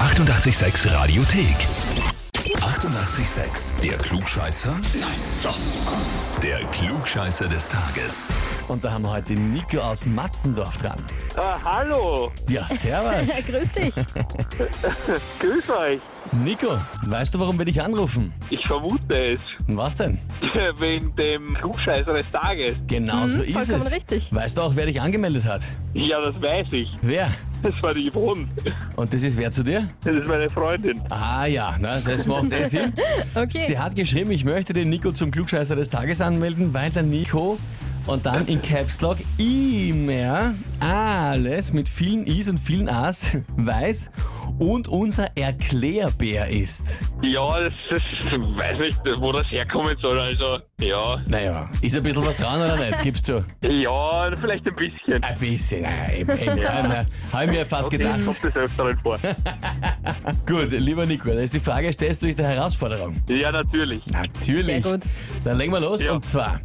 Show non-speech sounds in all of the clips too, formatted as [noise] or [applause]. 886 Radiothek. 88,6. Der Klugscheißer? Nein, doch. Der Klugscheißer des Tages. Und da haben wir heute den Nico aus Matzendorf dran. Ah, hallo, Ja, [laughs] servus. Grüß dich. grüß euch. Nico, weißt du, warum wir dich anrufen? Ich vermute es. [laughs] Was denn? Wegen dem Klugscheißer des Tages. Genau so ist Hm, vollkommen es. richtig. Weißt du auch, wer dich angemeldet hat? Ja, das weiß ich. Wer? Das war die Yvonne. Und das ist wer zu dir? Das ist meine Freundin. Ah ja, na, das macht eh [laughs] Sinn. Sie Okay. hat geschrieben, ich möchte den Nico zum Klugscheißer des Tages anmelden, weil der Nico und dann in Caps Lock immer alles mit vielen Is und vielen As [laughs] weiß und unser Erklärbär ist. Ja, das, das weiß nicht, wo das herkommen soll. Also, ja. Naja, ist ein bisschen was dran oder nicht? Gibst du? Ja, vielleicht ein bisschen. Ein bisschen, naja, eben, eben. Ja, na, hab ich mir fast Ich gedacht. kommt des Öfteren vor. Gut, lieber Nico, da ist die Frage, stellst du dich der Herausforderung? Ja, natürlich. Natürlich. Sehr gut. Dann legen wir los. Ja. Und zwar,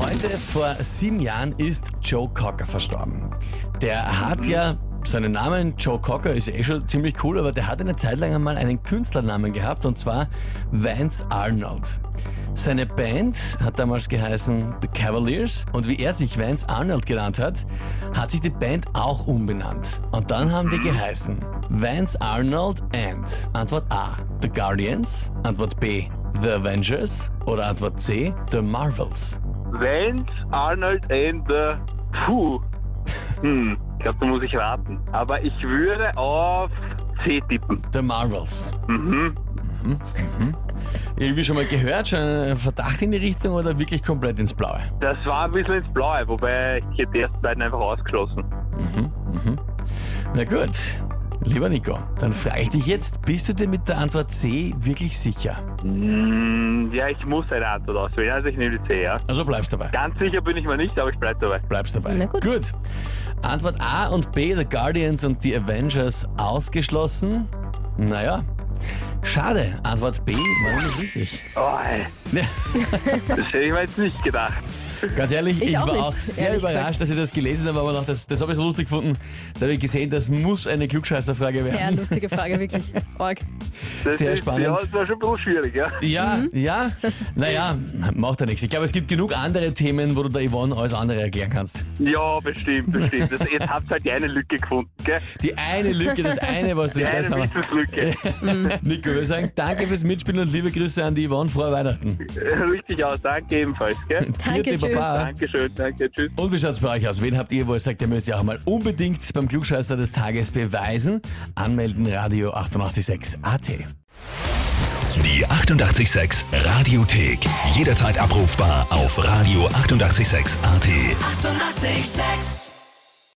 heute vor sieben Jahren ist Joe Cocker verstorben. Der hat ja seinen Namen, Joe Cocker, ist eh schon ziemlich cool, aber der hat eine Zeit lang einmal einen Künstlernamen gehabt, und zwar Vance Arnold. Seine Band hat damals geheißen The Cavaliers und wie er sich Vance Arnold genannt hat, hat sich die Band auch umbenannt. Und dann haben die geheißen Vance Arnold and Antwort A The Guardians, Antwort B The Avengers oder Antwort C The Marvels. Vance, Arnold and the Puh. Hm, ich glaube, da muss ich raten. Aber ich würde auf C tippen. The Marvels. Mhm. Irgendwie schon mal gehört, schon ein Verdacht in die Richtung oder wirklich komplett ins Blaue? Das war ein bisschen ins Blaue, wobei ich hätte die ersten beiden einfach ausgeschlossen. Na gut, lieber Nico, dann frage ich dich jetzt, bist du dir mit der Antwort C wirklich sicher? Mm, Ja, ich muss eine Antwort auswählen, also ich nehme die C, ja. Also bleibst dabei. Ganz sicher bin ich mir nicht, aber ich bleibe dabei. Bleibst dabei. Na gut. Antwort A und B, The Guardians und die Avengers ausgeschlossen. Naja. Schade, Antwort B war nicht richtig. Oh, ey, Ja, [laughs] das hätte ich mir jetzt nicht gedacht. Ganz ehrlich, ich, Ich auch war nicht, auch sehr ehrlich überrascht, dass ich das gelesen habe, aber noch, das, das habe ich so lustig gefunden. Da habe ich gesehen, das muss eine Klugscheißerfrage Sehr werden. lustige Frage, wirklich. Org. Das Sehr ist, spannend. Ja, das war schon ein bisschen schwierig, ja. Ja, Mhm. ja, naja, macht ja nichts. Ich glaube, es gibt genug andere Themen, wo du der Yvonne alles andere erklären kannst. Ja, bestimmt, bestimmt. Das, jetzt habt ihr halt die eine Lücke gefunden, gell? Die eine Lücke, das eine, was du Die das eine haben. [laughs] Wissenslücke. wir. Nico, wir sagen danke fürs Mitspielen und liebe Grüße an die Yvonne. Frohe Weihnachten. Richtig aus, danke ebenfalls, gell? Danke, Vierte tschüss. Baba. Dankeschön, danke, tschüss. Und wie schaut's bei euch aus? Wen habt ihr, wo ihr sagt, ihr müsst ja auch mal unbedingt beim Klugscheißer des Tages beweisen? Anmelden, Radio 886 AT. Die 88,6 Radiothek. Jederzeit abrufbar auf radio886.at. 88,6. Eighty-eight, sex.